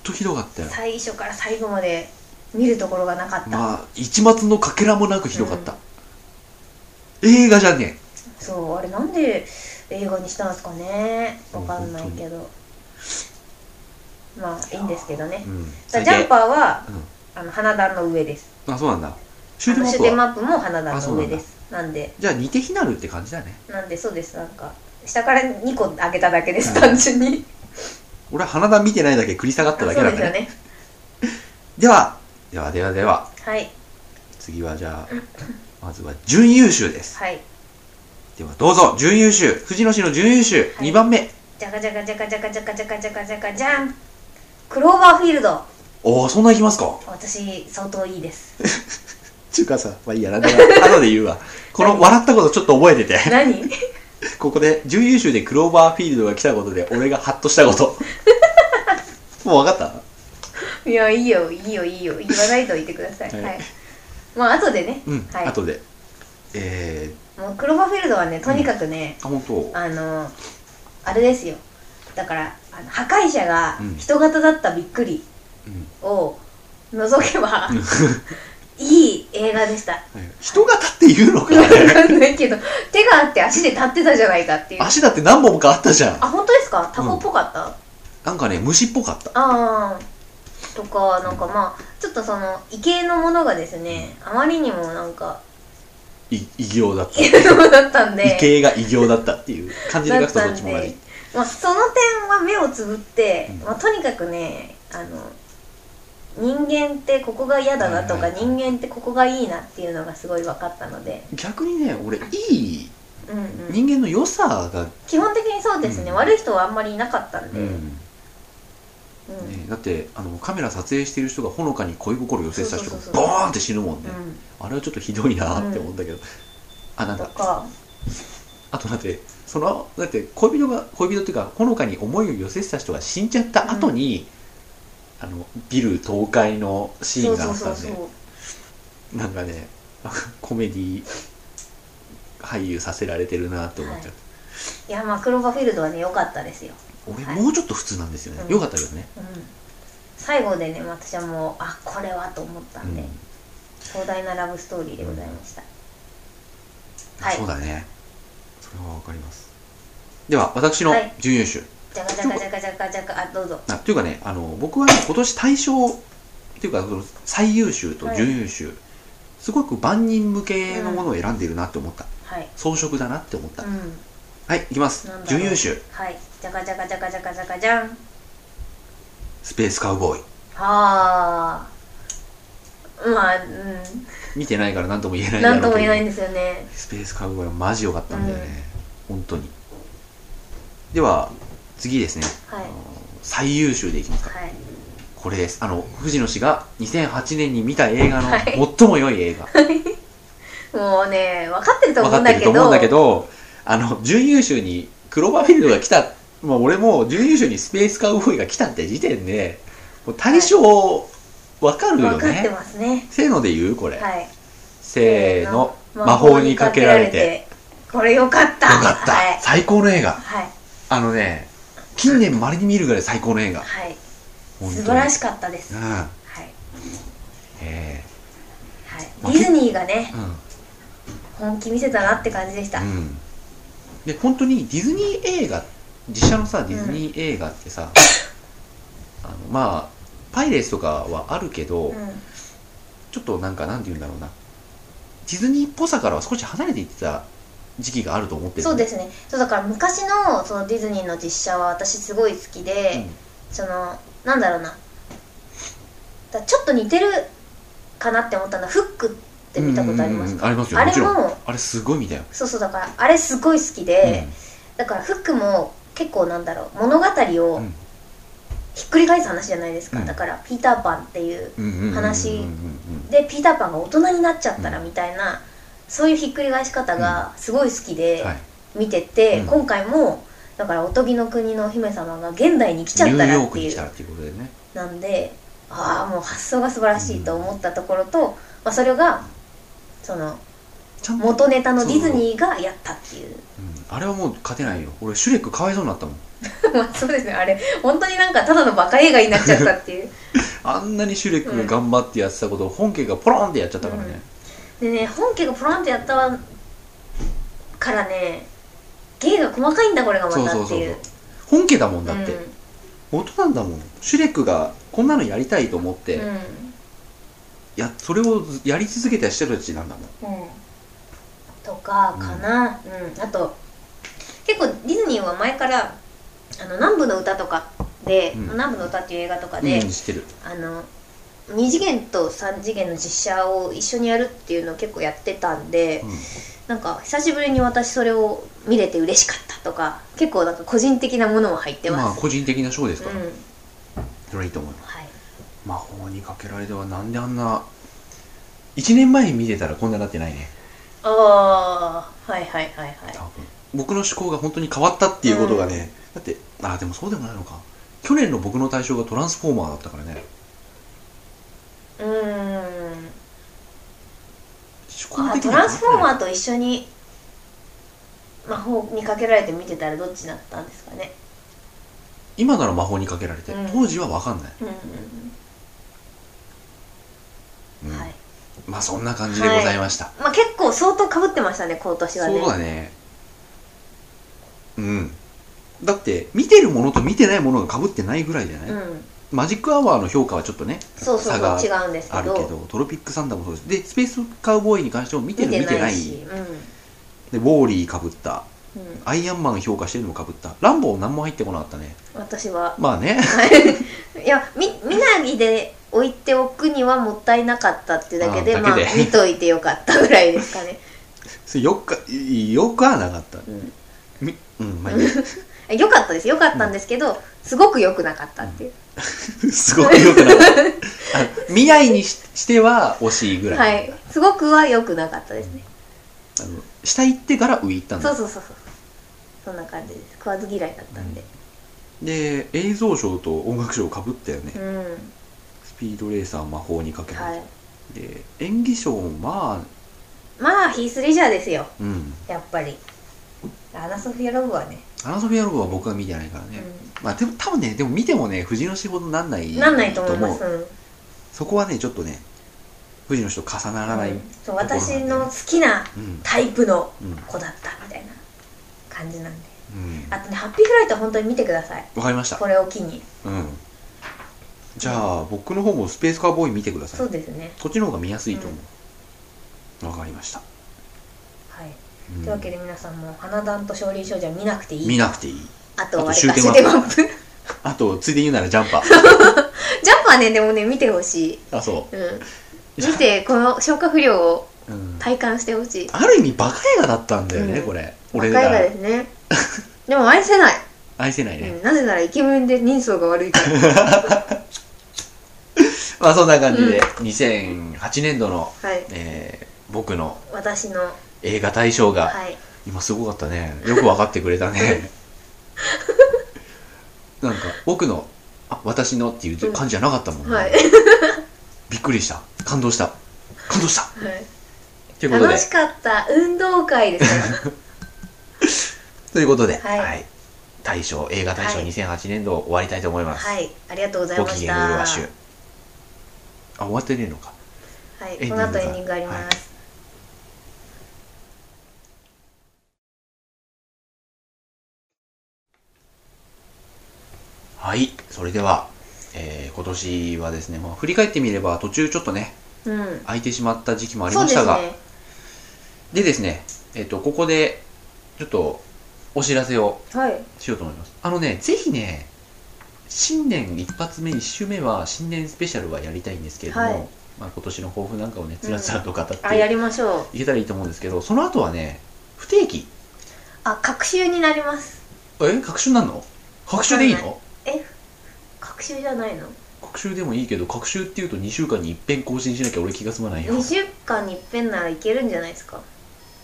S1: 当ひどかったよ
S2: 最初から最後まで見るところがなかった、
S1: まあ一末のかけらもなくひどかった、映画じゃねえ
S2: そうあれなんで映画にしたんですかねわかんないけどまあいいんですけどね
S1: うん
S2: ジ
S1: 最低
S2: ャンパーは、
S1: うん
S2: あの花壇の上です
S1: あそうなんだシ
S2: シ
S1: ューティングア
S2: ュ
S1: ッ
S2: テ
S1: プは
S2: マップも花
S1: あ
S2: 壇
S1: そ
S2: の
S1: うな
S2: 上
S1: んだ
S2: ですなんで
S1: じゃあ似て非なるって感じだね
S2: なんでそうですなんか下から2個上げただけです単純に
S1: 俺は花壇見てないだけ繰り下がった
S2: そ
S1: だ
S2: うで
S1: けだか
S2: す
S1: ら
S2: よ
S1: ね
S2: ね
S1: ではではではでは
S2: はい
S1: 次はじゃあまずは準優秀です
S2: はい
S1: ではどうぞ準優秀藤野市の準優秀、
S2: はい
S1: 2番目
S2: じゃかじゃかじゃかじゃかじゃかじゃかじゃかじゃかじゃんクローバーフィールド
S1: おおそんないきますか
S2: 私相当いいです
S1: ちゅうかさまあいいやなんだか 後で言うわこの笑ったことちょっと覚えてて
S2: 何
S1: ここで準優秀でクローバーフィールドが来たことで俺がハッとしたこと もう分かった
S2: いやいいよいいよいいよ言わないといてください、
S1: は
S2: はいいまあ後でね、
S1: うん、
S2: はい
S1: 後でえ
S2: もうクローバーフィールドはねとにかくね、
S1: ー、あ本当
S2: あのあれですよだからあの破壊者が
S1: うん
S2: 人型だったびっくり
S1: うん
S2: を除けば、
S1: うん
S2: いい映画 でした
S1: 人型って言う のか
S2: わ
S1: ね
S2: かんないけど手があって足で立ってたじゃないかっていう
S1: 足だって何本かあったじゃん
S2: あ本当ですかタコっぽかった、
S1: なんかね虫っぽかった
S2: ああとかなんかまあちょっとその異形のものがですねあまりにもなんか
S1: い異形だった
S2: 異形のものだったんで
S1: 異形が異形だったっていう感じで
S2: だ
S1: 書
S2: っ
S1: くと
S2: た
S1: どっ
S2: ん
S1: ちも同
S2: で
S1: じ、
S2: まあ、その点は目をつぶって、
S1: うん
S2: まあ、とにかくねあの人間ってここが嫌だなとか、
S1: はいはいはい
S2: 人間ってここがいいなっていうのがすごい分かったので、
S1: 逆にね俺いい
S2: うんうん、
S1: 人間の良さが、
S2: 基本的にそうですね、
S1: うん
S2: 悪い人はあんまりいなかったんで、うん
S1: うんねだってあのカメラ撮影してる人がほのかに恋心寄せした人が
S2: そうそうそうそう
S1: ボーンって死ぬもんね、
S2: うん
S1: あれはちょっとひどいなって思うんだけど、あなん
S2: と
S1: だ
S2: か
S1: あとだってそのだって恋人が恋人っていうかほのかに思いを寄せてた人が死んじゃった後に、あのビル倒壊のシー
S2: そ
S1: ン
S2: う
S1: が
S2: そ
S1: あ
S2: う
S1: っ
S2: そ
S1: た
S2: うん
S1: で
S2: そう
S1: なんかねコメディ俳優させられてるなって思っちゃう、
S2: いやまあクローバーフィールドはね良かったですよ、
S1: 俺、
S2: はい
S1: もうちょっと普通なんですよね、
S2: うん
S1: よかったけどね、
S2: うん、最後でね私はもうあこれはと思った
S1: うん
S2: んで、壮大なラブストーリーでございました、はい
S1: そうだねそれはわかりますでは私の
S2: はい
S1: 準優秀、
S2: じゃかじゃかじゃかじゃかじゃかあどうぞ
S1: あというかねあの僕はね今年大賞っていうかその最優秀と準優秀、すごく万人向けのものを選んでいるなって思った、
S2: はい
S1: 装飾だなって思った、
S2: うん
S1: はいいきます
S2: なんだろう
S1: 準優秀
S2: はいじゃかじゃかじゃかじゃかじゃかじゃん
S1: スペースカウボーイ
S2: はあまあう
S1: 見てないから何とも言えない
S2: ん
S1: だろう
S2: な
S1: んけど
S2: とも言えないんですよね
S1: スペースカウボーイはマジ良かったんだよね、本当にでは次ですね、
S2: はい
S1: あの最優秀でいきますか
S2: はい
S1: これですあの藤野氏が2008年に見た映画の
S2: はい
S1: 最も良い映画、
S2: もうね分かってる と
S1: 分
S2: 思
S1: か
S2: う
S1: っ
S2: ん
S1: て
S2: だ
S1: る
S2: け
S1: と
S2: ど
S1: 思うんだけどあの準優秀にクローバーフィールドが来た、まあ、俺も準優秀にスペースカウボーイが来たって時点でもう大賞分かるよ
S2: 分かって
S1: ね
S2: ますね
S1: せーので言うこれ、
S2: はい
S1: せーの魔法にかけられてよ
S2: これよかった
S1: かった、
S2: はい
S1: 最高の映画
S2: はい
S1: あのね近年まれに見るぐらい最高の映画
S2: はい
S1: 本当に
S2: 素晴らしかったです、
S1: う
S2: は
S1: ん
S2: い
S1: えま
S2: は
S1: あ
S2: い、ディズニーがね
S1: ーうん
S2: 本気見せたなって感じでした、
S1: うん、で本当にディズニー映画実写のさディズニー映画って さ、あのまあパイレーツとかはあるけど、
S2: うん
S1: ちょっとなんかなんて言うんだろうなディズニーっぽさからは少し離れていってた時期があると思ってる
S2: そう
S1: で
S2: ですねそうだから昔のそのディズニーの実写は私すごい好きで、そのなんだろうなだちょっと似てるかなって思ったのはフックって見たことありますか、
S1: ありますよ
S2: あ
S1: も
S2: れ
S1: ちろん
S2: も
S1: あれすごい見たよ、
S2: そうそうだからあれすごい好きで、だからフックも結構なんだろう物語
S1: う
S2: を
S1: んうん
S2: ひっくり返す話じゃないですか、
S1: うん
S2: だからピーターパンっていう
S1: うんうんうんうんうん
S2: 話でピーターパンが大人になっちゃったらみたいな、そういうひっくり返し方がすごい好きで
S1: はい
S2: 見てて、
S1: うん
S2: 今回もだからおとぎの国のお姫様が現代に来ちゃっ
S1: ニュ
S2: た
S1: ー
S2: ら
S1: ヨー
S2: っ
S1: ク
S2: て
S1: に
S2: い
S1: 来
S2: う
S1: たらっていうことでね
S2: なんでああもう発想が素晴らしいと思ったところと、まあ、それがその
S1: ちゃんと、
S2: 元ネタのディズニーがやったっていう
S1: うんあれはもう勝てないよ俺シュレックかわいそうになったもん
S2: まあそうですねあれ本当になんかただのバカ映画になっちゃったっ ていう
S1: あんなにシュレックが頑張ってやってたことを本家がポロンってやっちゃったからね、
S2: でね本家がポロンってやったわからね芸が細かいんだこれがまた
S1: そ
S2: っ
S1: うそう
S2: てい
S1: うそうそう本家だもんだって、
S2: うん
S1: 元なんだもんシュレックがこんなのやりたいと思って、
S2: うん
S1: やそれをずやり続けた人たちなんだもん
S2: うんとかかな、うんあと結構ディズニーは前からあの南部の歌とかで、
S1: うん
S2: 南部の歌っていう映画とかで、
S1: うん知ってる
S2: あの2次元と3次元の実写を一緒にやるっていうのを結構やってたんで、
S1: うん
S2: なんか久しぶりに私それを見れて嬉しかったとか結構なんか個人的なものも入って
S1: まあ
S2: ます、
S1: 個人的な賞ですから、
S2: うん
S1: それはいいと思います
S2: はい
S1: 魔法にかけられてはなんであんな1年前に見てたらこんななってないね
S2: ああはいはいはいはい
S1: 多分僕の思考が本当に変わったっていうことがね、だってああでもそうでもないのか去年の僕の対象がトランスフォーマーだったからね
S2: うーん
S1: 思考
S2: あ
S1: 的
S2: ト
S1: には
S2: ランスフォーマ
S1: 変わってない
S2: ーと一緒に魔法にかけられて見てたらどっちだったんですかね
S1: 今なら魔法にかけられて、
S2: うん
S1: 当時は分かんない、
S2: うんうん
S1: う
S2: うんんはい
S1: まあそんな感じでございました、
S2: まあ結構相当かぶってましたね今年はね
S1: そうだねうんだって見てるものと見てないものがかぶってないぐらいじゃない、
S2: うん
S1: マジックアワーの評価はちょっとね
S2: そうそう
S1: 差が
S2: そう違うんです
S1: あ
S2: け
S1: る
S2: ど
S1: けどトロピックサンダーもそうですでスペースカウボーイに関しても見てる見てない
S2: し
S1: でウォーリーかぶった
S2: うん、うん、
S1: アイアンマン評価してるのもかぶったランボー何も入ってこなかったね
S2: 私は
S1: まあね
S2: いやみ見ないで置いておくにはもったいなかったっていうだけで
S1: あー
S2: ま
S1: だ
S2: あ
S1: けで
S2: 見といてよかったぐらいですかね、
S1: それよくよくはなかった
S2: うん
S1: みうんまあいいや
S2: 良かったです良かったんですけど、すごく良くなかったってい う、
S1: すごくよ くなかったあの未来にししては惜しいぐらい、
S2: はいすごくは良くなかったですね、
S1: あの下行ってから上行ったんだ
S2: そうそうそうそうそんな感じです食わず嫌いだったんで
S1: で映像賞と音楽賞かぶったよね、
S2: うん、
S1: スピードレーサー魔法にかけら
S2: は
S1: れ
S2: い
S1: て、で演技賞まあ
S2: まあヒースレジャーですよ
S1: うん
S2: やっぱりアナソフィア・ロブはね、
S1: アナソフィアロブは僕は見てないからね、まあでも多分ねでも見てもね藤の氏ほどなんない
S2: うん、なんないと思います、
S1: と思う
S2: うん
S1: そこはねちょっとね藤の氏と重ならない、う
S2: うん
S1: ん
S2: そう私の好きな
S1: うん
S2: タイプの
S1: うん
S2: 子だったみたいな感じなんであとねハッピーフライト本当に見てください
S1: わかりました
S2: これを機に
S1: うんじゃあ僕の方もスペースカーボーイ見てくださ
S2: そ
S1: いう
S2: ですね
S1: こっちの方が見やすいと思うわ、かりました、
S2: はい、
S1: うん
S2: というわけで皆さんも「花壇と少林少女」は見なくていい
S1: 見なくていい
S2: あと
S1: あ
S2: あ
S1: と
S2: れか終点
S1: 終
S2: マ
S1: 点マ
S2: ップジャン
S1: あとついで言うならジャンパー
S2: プはねでもね見てほしい、
S1: あそ
S2: うん、
S1: うじゃ
S2: 見てこの消化不良を
S1: あうん
S2: 体感してほしい
S1: ある意味バカ映画だったんだよね、
S2: うん
S1: これ
S2: 若
S1: 俺
S2: いがで
S1: が
S2: すね でも愛せない、
S1: 愛せないね、
S2: うん、なぜならイケメンで人相が悪 いから
S1: まあそんな感じで、2008年度の、
S2: はい
S1: えー僕の
S2: 私のは
S1: 映画大賞が、
S2: い
S1: 今すごかったねよく分かってくれた ねなんか僕の「あ私の」っていう感じじゃなかったもんね、
S2: はい、
S1: びっくりした感動した感動した ということ
S2: 楽
S1: で
S2: しかった運動会です ね
S1: ということで、
S2: はい
S1: 大賞映画大賞
S2: はい
S1: 2008年度終わりたいと思います、
S2: はいありがとうござい
S1: ご
S2: ま
S1: 機
S2: し
S1: 嫌
S2: た
S1: うるわしゅうあ終わってねえのか
S2: はい
S1: エンディング
S2: この後エンディングあります、
S1: はいそれでは、えー今年はですね、まあ、振り返ってみれば途中ちょっとね
S2: うん
S1: 空いてしまった時期もあり
S2: そう
S1: ま
S2: で
S1: し
S2: す
S1: たが
S2: ね
S1: でですね、えっと、ここで、ちょっと、お知らせを
S2: はい
S1: しようと思います。あのね、ぜひね、新年一発目、一週目は、新年スペシャルはやりたいんですけれども、
S2: はい
S1: まあ、今年の抱負なんかをね、つらつらと語って
S2: あやりましょう
S1: いけたらいいと思うんですけど、その後はね、不定期。
S2: あ隔週になります
S1: え各週なんの各週でいい
S2: わかん
S1: の
S2: 隔隔週じゃないの
S1: 隔週でもいいけど隔週っていうと2週間に一遍更新しなきゃ俺気が済まないよ
S2: 2週間に一遍ならいけるんじゃないですか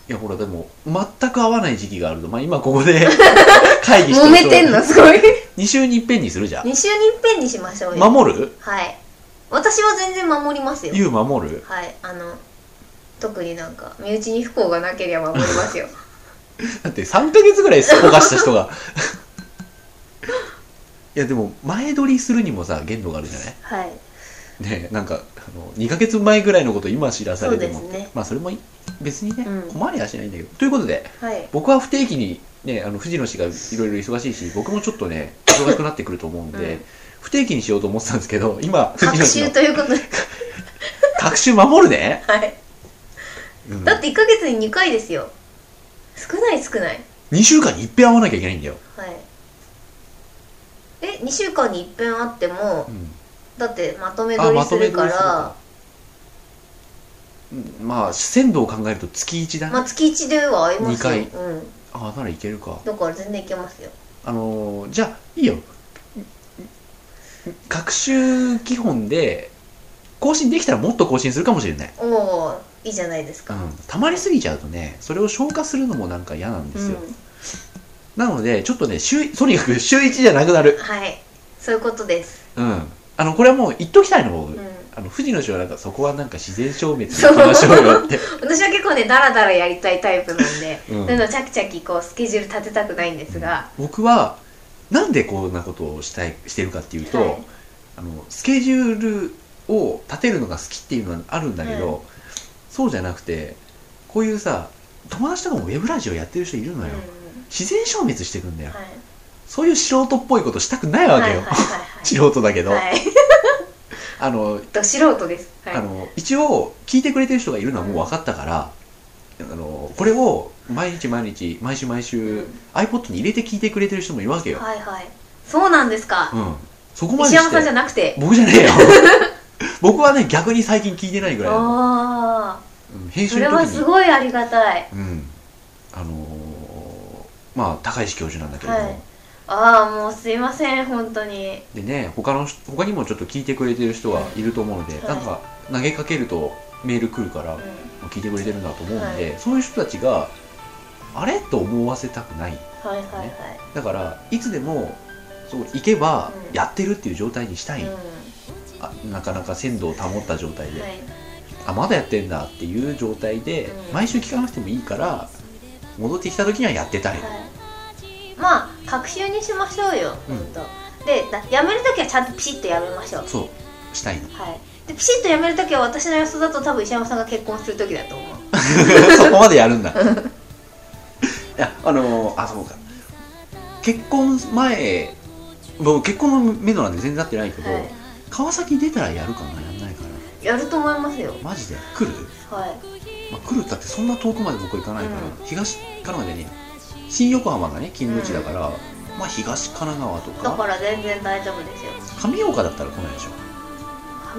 S1: いやほらでも全く合わない時期があるとまあ今ここで 会議して
S2: 揉めてんのすごい
S1: 2週に一遍にするじゃん
S2: 2週に一遍にしましょうよ
S1: 守る
S2: はい私は全然守りますよ
S1: 言う守る
S2: はいあの特になんか身内に不幸がなければ守りますよ
S1: だって3ヶ月ぐらいすっぽかした人が いやでも前撮りするにもさ限度があるじゃない
S2: はい
S1: ねなんかあの2ヶ月前ぐらいのこと今知らさ
S2: そ
S1: れ
S2: う
S1: て
S2: で
S1: も
S2: すね
S1: まあそれもい別にね、
S2: うん
S1: 困りはしないんだけどということで
S2: はい
S1: 僕は不定期にねあの藤野氏がいろいろ忙しいし僕もちょっとね忙しくなってくると思うんで、
S2: うん
S1: 不定期にしようと思ってたんですけど今藤
S2: 隔
S1: 野氏
S2: 週
S1: の
S2: ということで
S1: 隔週守るね、
S2: はい
S1: うん、
S2: だって1ヶ月に2回ですよ少ない少ない
S1: 2週間に一遍会わなきゃいけないんだよ、
S2: はいえ2週間に一遍会っても
S1: うん
S2: だってまとめ
S1: あ
S2: 撮り
S1: まと
S2: す
S1: め
S2: る
S1: 撮
S2: か
S1: りする
S2: ら
S1: うんまあ鮮度を考えると月1だ
S2: ま
S1: な
S2: あ月1では会いますよ
S1: 二
S2: うん
S1: あならいけるか
S2: だから全然いけますよ
S1: あのーじゃあいいよ学習基本で更新できたらもっと更新するかもしれない、
S2: おおいいじゃないです
S1: う
S2: か、
S1: ん、溜まりすぎちゃうとねそれを消化するのもなんか嫌なんで
S2: う
S1: すよ、
S2: ん
S1: なのでちょっとね週 とにかく週1じゃなくなる
S2: はいそういうことです、
S1: うんあのこれはもう言っときたいの僕、
S2: うん、
S1: あの藤野氏はなんかそこはなんか自然消滅でいきましょうよって、
S2: 私は結構ねダラダラやりたいタイプなんで
S1: う
S2: そ
S1: ん
S2: ういうのチャキチャキこうスケジュール立てたくないんですが、
S1: 僕はなんでこんなことをしたいしてるかっていうと、
S2: はい
S1: あのスケジュールを立てるのが好きっていうのはあるんだけど、そうじゃなくてこういうさ友達とかもウェブラジオやってる人いるの
S2: うん
S1: よ、自然消滅してくんだよ、
S2: はい
S1: そういう素人っぽいことしたくないわ
S2: はいは
S1: け
S2: い
S1: よ、素
S2: は
S1: 人だけ
S2: い
S1: ど、
S2: はいはい
S1: あの
S2: ど素人ですはい
S1: あの一応聞いてくれてる人がいるのはもう分かったから、あのこれを毎日毎日毎週毎週、
S2: うん
S1: iPod に入れて聞いてくれてる人もいるわけよ、
S2: はいはいそうなんですか、
S1: うんそこまで
S2: 石
S1: し
S2: 山さんじ
S1: て
S2: ゃなくて
S1: 僕じゃねえよ 僕はね逆に最近聞いてないぐらいなのう
S2: あ
S1: ん
S2: あ
S1: 編
S2: そ
S1: 集
S2: れ
S1: の
S2: は
S1: 時
S2: す
S1: に
S2: ごいありがたい
S1: うんあのーまあ高石教授なんだけれども、
S2: はいああもうすいません本当に
S1: でね他の人他にもちょっと聞いてくれてる人はいると思うので、
S2: はい
S1: なんか投げかけるとメール来るから、
S2: うん
S1: 聞いてくれてるんだと思うんで、
S2: は
S1: そういう人たちがあれと思わせたくない
S2: はいはい
S1: だからいつでもそう行けば
S2: うん
S1: やってるっていう状態にした
S2: はい
S1: い、
S2: うん
S1: あなかなか鮮度を保った状態で、
S2: はい
S1: あまだやってんだっていう状態で、
S2: うん
S1: 毎週聞かなくてもいいから戻ってきた時にはやってたい、
S2: はいまあ隔週にしましょうよ
S1: うん
S2: 本当、でだやめるときはちゃんとピシッとやめましょう
S1: そうしたいの
S2: はいでピシッとやめるときは私の予想だと多分石山さんが結婚するときだと思う
S1: そこまでや るんだいやあのーあそうか結婚前僕結婚の目のなんで全然なってないけど、
S2: はい
S1: 川崎出たらやるかなやんないかな
S2: やると思いますよ
S1: マジで来る、
S2: はい
S1: まあ、来るだってそんな遠くまで僕行かないから、
S2: う
S1: 東神奈川でね新横浜がね勤務地だから、まあ東神奈川と
S2: だ
S1: か
S2: から全然大丈夫ですよ
S1: 上岡だったら来ないでしょ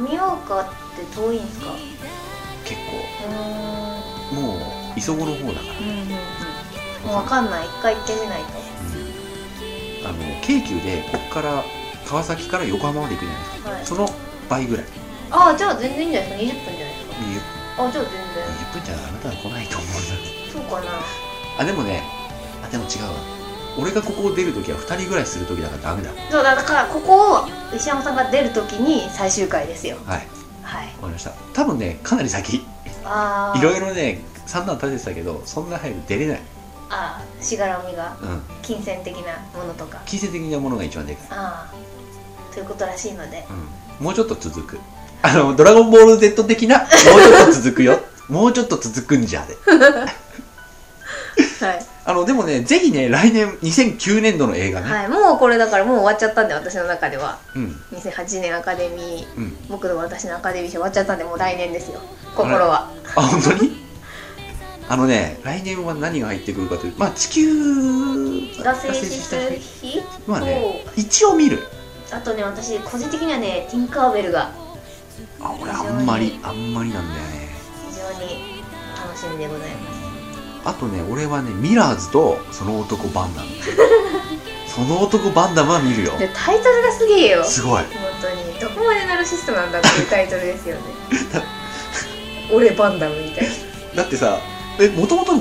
S2: 神岡って遠いんですかう
S1: 結
S2: ーん
S1: 構もう磯子の方だから
S2: うんうんうんもう分かんない一回行ってみないと
S1: あの京急でここから川崎から横浜まで行くじゃないですか、
S2: はい
S1: その倍ぐらい
S2: ああじゃあ全然いいんじゃないですか20分じゃないですか
S1: 20,
S2: あじゃあ全然
S1: 20分じゃあなたは来ないと思う
S2: そうかな
S1: なあでもねあでも違うわ俺がここを出るときは2人ぐらいするときだからダメだ
S2: そうだからここを石山さんが出るときに最終回ですよ
S1: はい
S2: はい
S1: わかりました多分ねかなり先い
S2: ああ
S1: ろいろね三段立ててたけどそんな早く出れない
S2: ああしがらみが
S1: うん
S2: 金銭的なものとか
S1: 金銭的なものが一番でかい、
S2: ああということらしいので
S1: うん、もうちょっと続くあの「ドラゴンボール Z」的なもうちょっと続くよもうちょっと続くんじゃで
S2: はい、
S1: あのでもねぜひね来年2009年度の映画ね、
S2: はい、もうこれだからもう終わっちゃったんで私の中では
S1: うん
S2: 2008年アカデミー
S1: うん
S2: 僕の私のアカデミー賞終わっちゃったんでもう来年ですよ心は
S1: あ本当 にあのね来年は何が入ってくるかというまあ地球
S2: が成立する日
S1: まあね一応見る
S2: あとね私個人的にはねティンカーベルが
S1: あ俺あんまりあんまりなんだよね
S2: 非常に楽しみでございます
S1: あとね俺はねミラーズとその男バンダムそその男バンダムは見るよ
S2: でタイトルがすげえよ
S1: すごい
S2: 本当にどこまでナルシストなんだっていうタイトルです よね俺バンダムみたいな
S1: だってさえもともと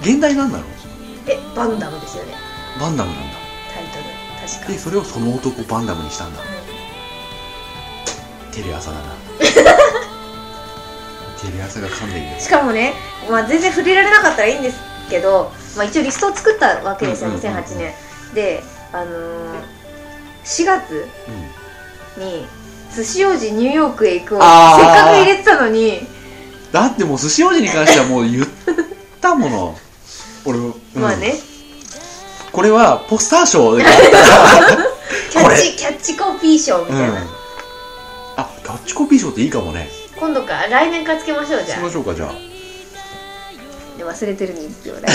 S1: 現代なんなの
S2: えバンダムですよね
S1: バンダムなんだ
S2: タイトル確か
S1: でそれをその男バンダムにしたんだ
S2: う
S1: テレ朝だ なテレ朝が噛んでるよ
S2: んしかもね、まあ、全然触れられなかったらいいんですけど、まあ、一応リストを作ったわけですよ
S1: うんうんうんうん
S2: 2008年であのー、4月
S1: うん
S2: に寿司王子ニューヨークへ行くをせっ
S1: あー
S2: かく入れてたのに
S1: だってもう寿司王子に関してはもう言ったもの俺、うん
S2: まあね
S1: これはポスター賞で買ったら
S2: キャ
S1: こ
S2: ッ
S1: れ
S2: チキャッチコピー賞み
S1: う
S2: たい
S1: ん
S2: な、
S1: あキャッチコピー賞っていいかもね
S2: 今度か来年からつけましょうじゃ
S1: しましょうかじゃあ
S2: あで忘れてるんですよ ね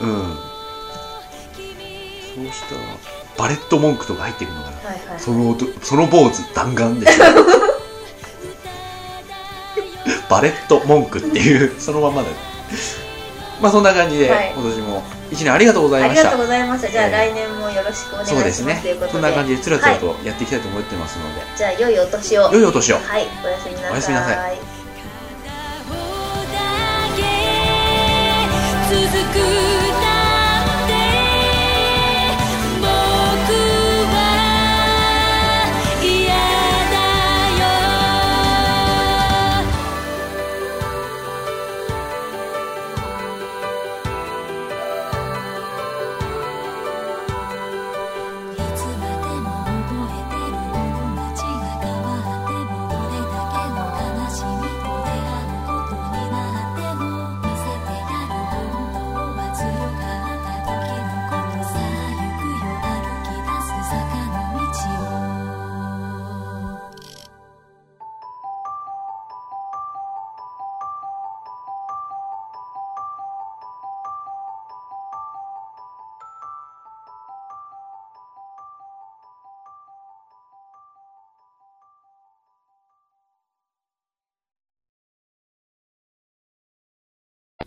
S1: うんそうしたらバレット文句とか入ってくるのかな
S2: はいはい
S1: その音その坊主弾丸でしょ バレット文句っていうそのまんまだよまあそんな感じで、
S2: はい
S1: 今年も一年ありがとうござい
S2: あ
S1: ま
S2: り
S1: し
S2: がと
S1: た
S2: うございましたじゃあ
S1: えー
S2: 来年もよろしくお願いし
S1: そうで
S2: ますす
S1: ね
S2: ということ
S1: そん
S2: で
S1: な感じでつらつらとやっていきたいと思ってますので、
S2: じゃあ良いお年を
S1: 良いお年を
S2: はいおやすみなさ
S1: おやすみなさ
S2: い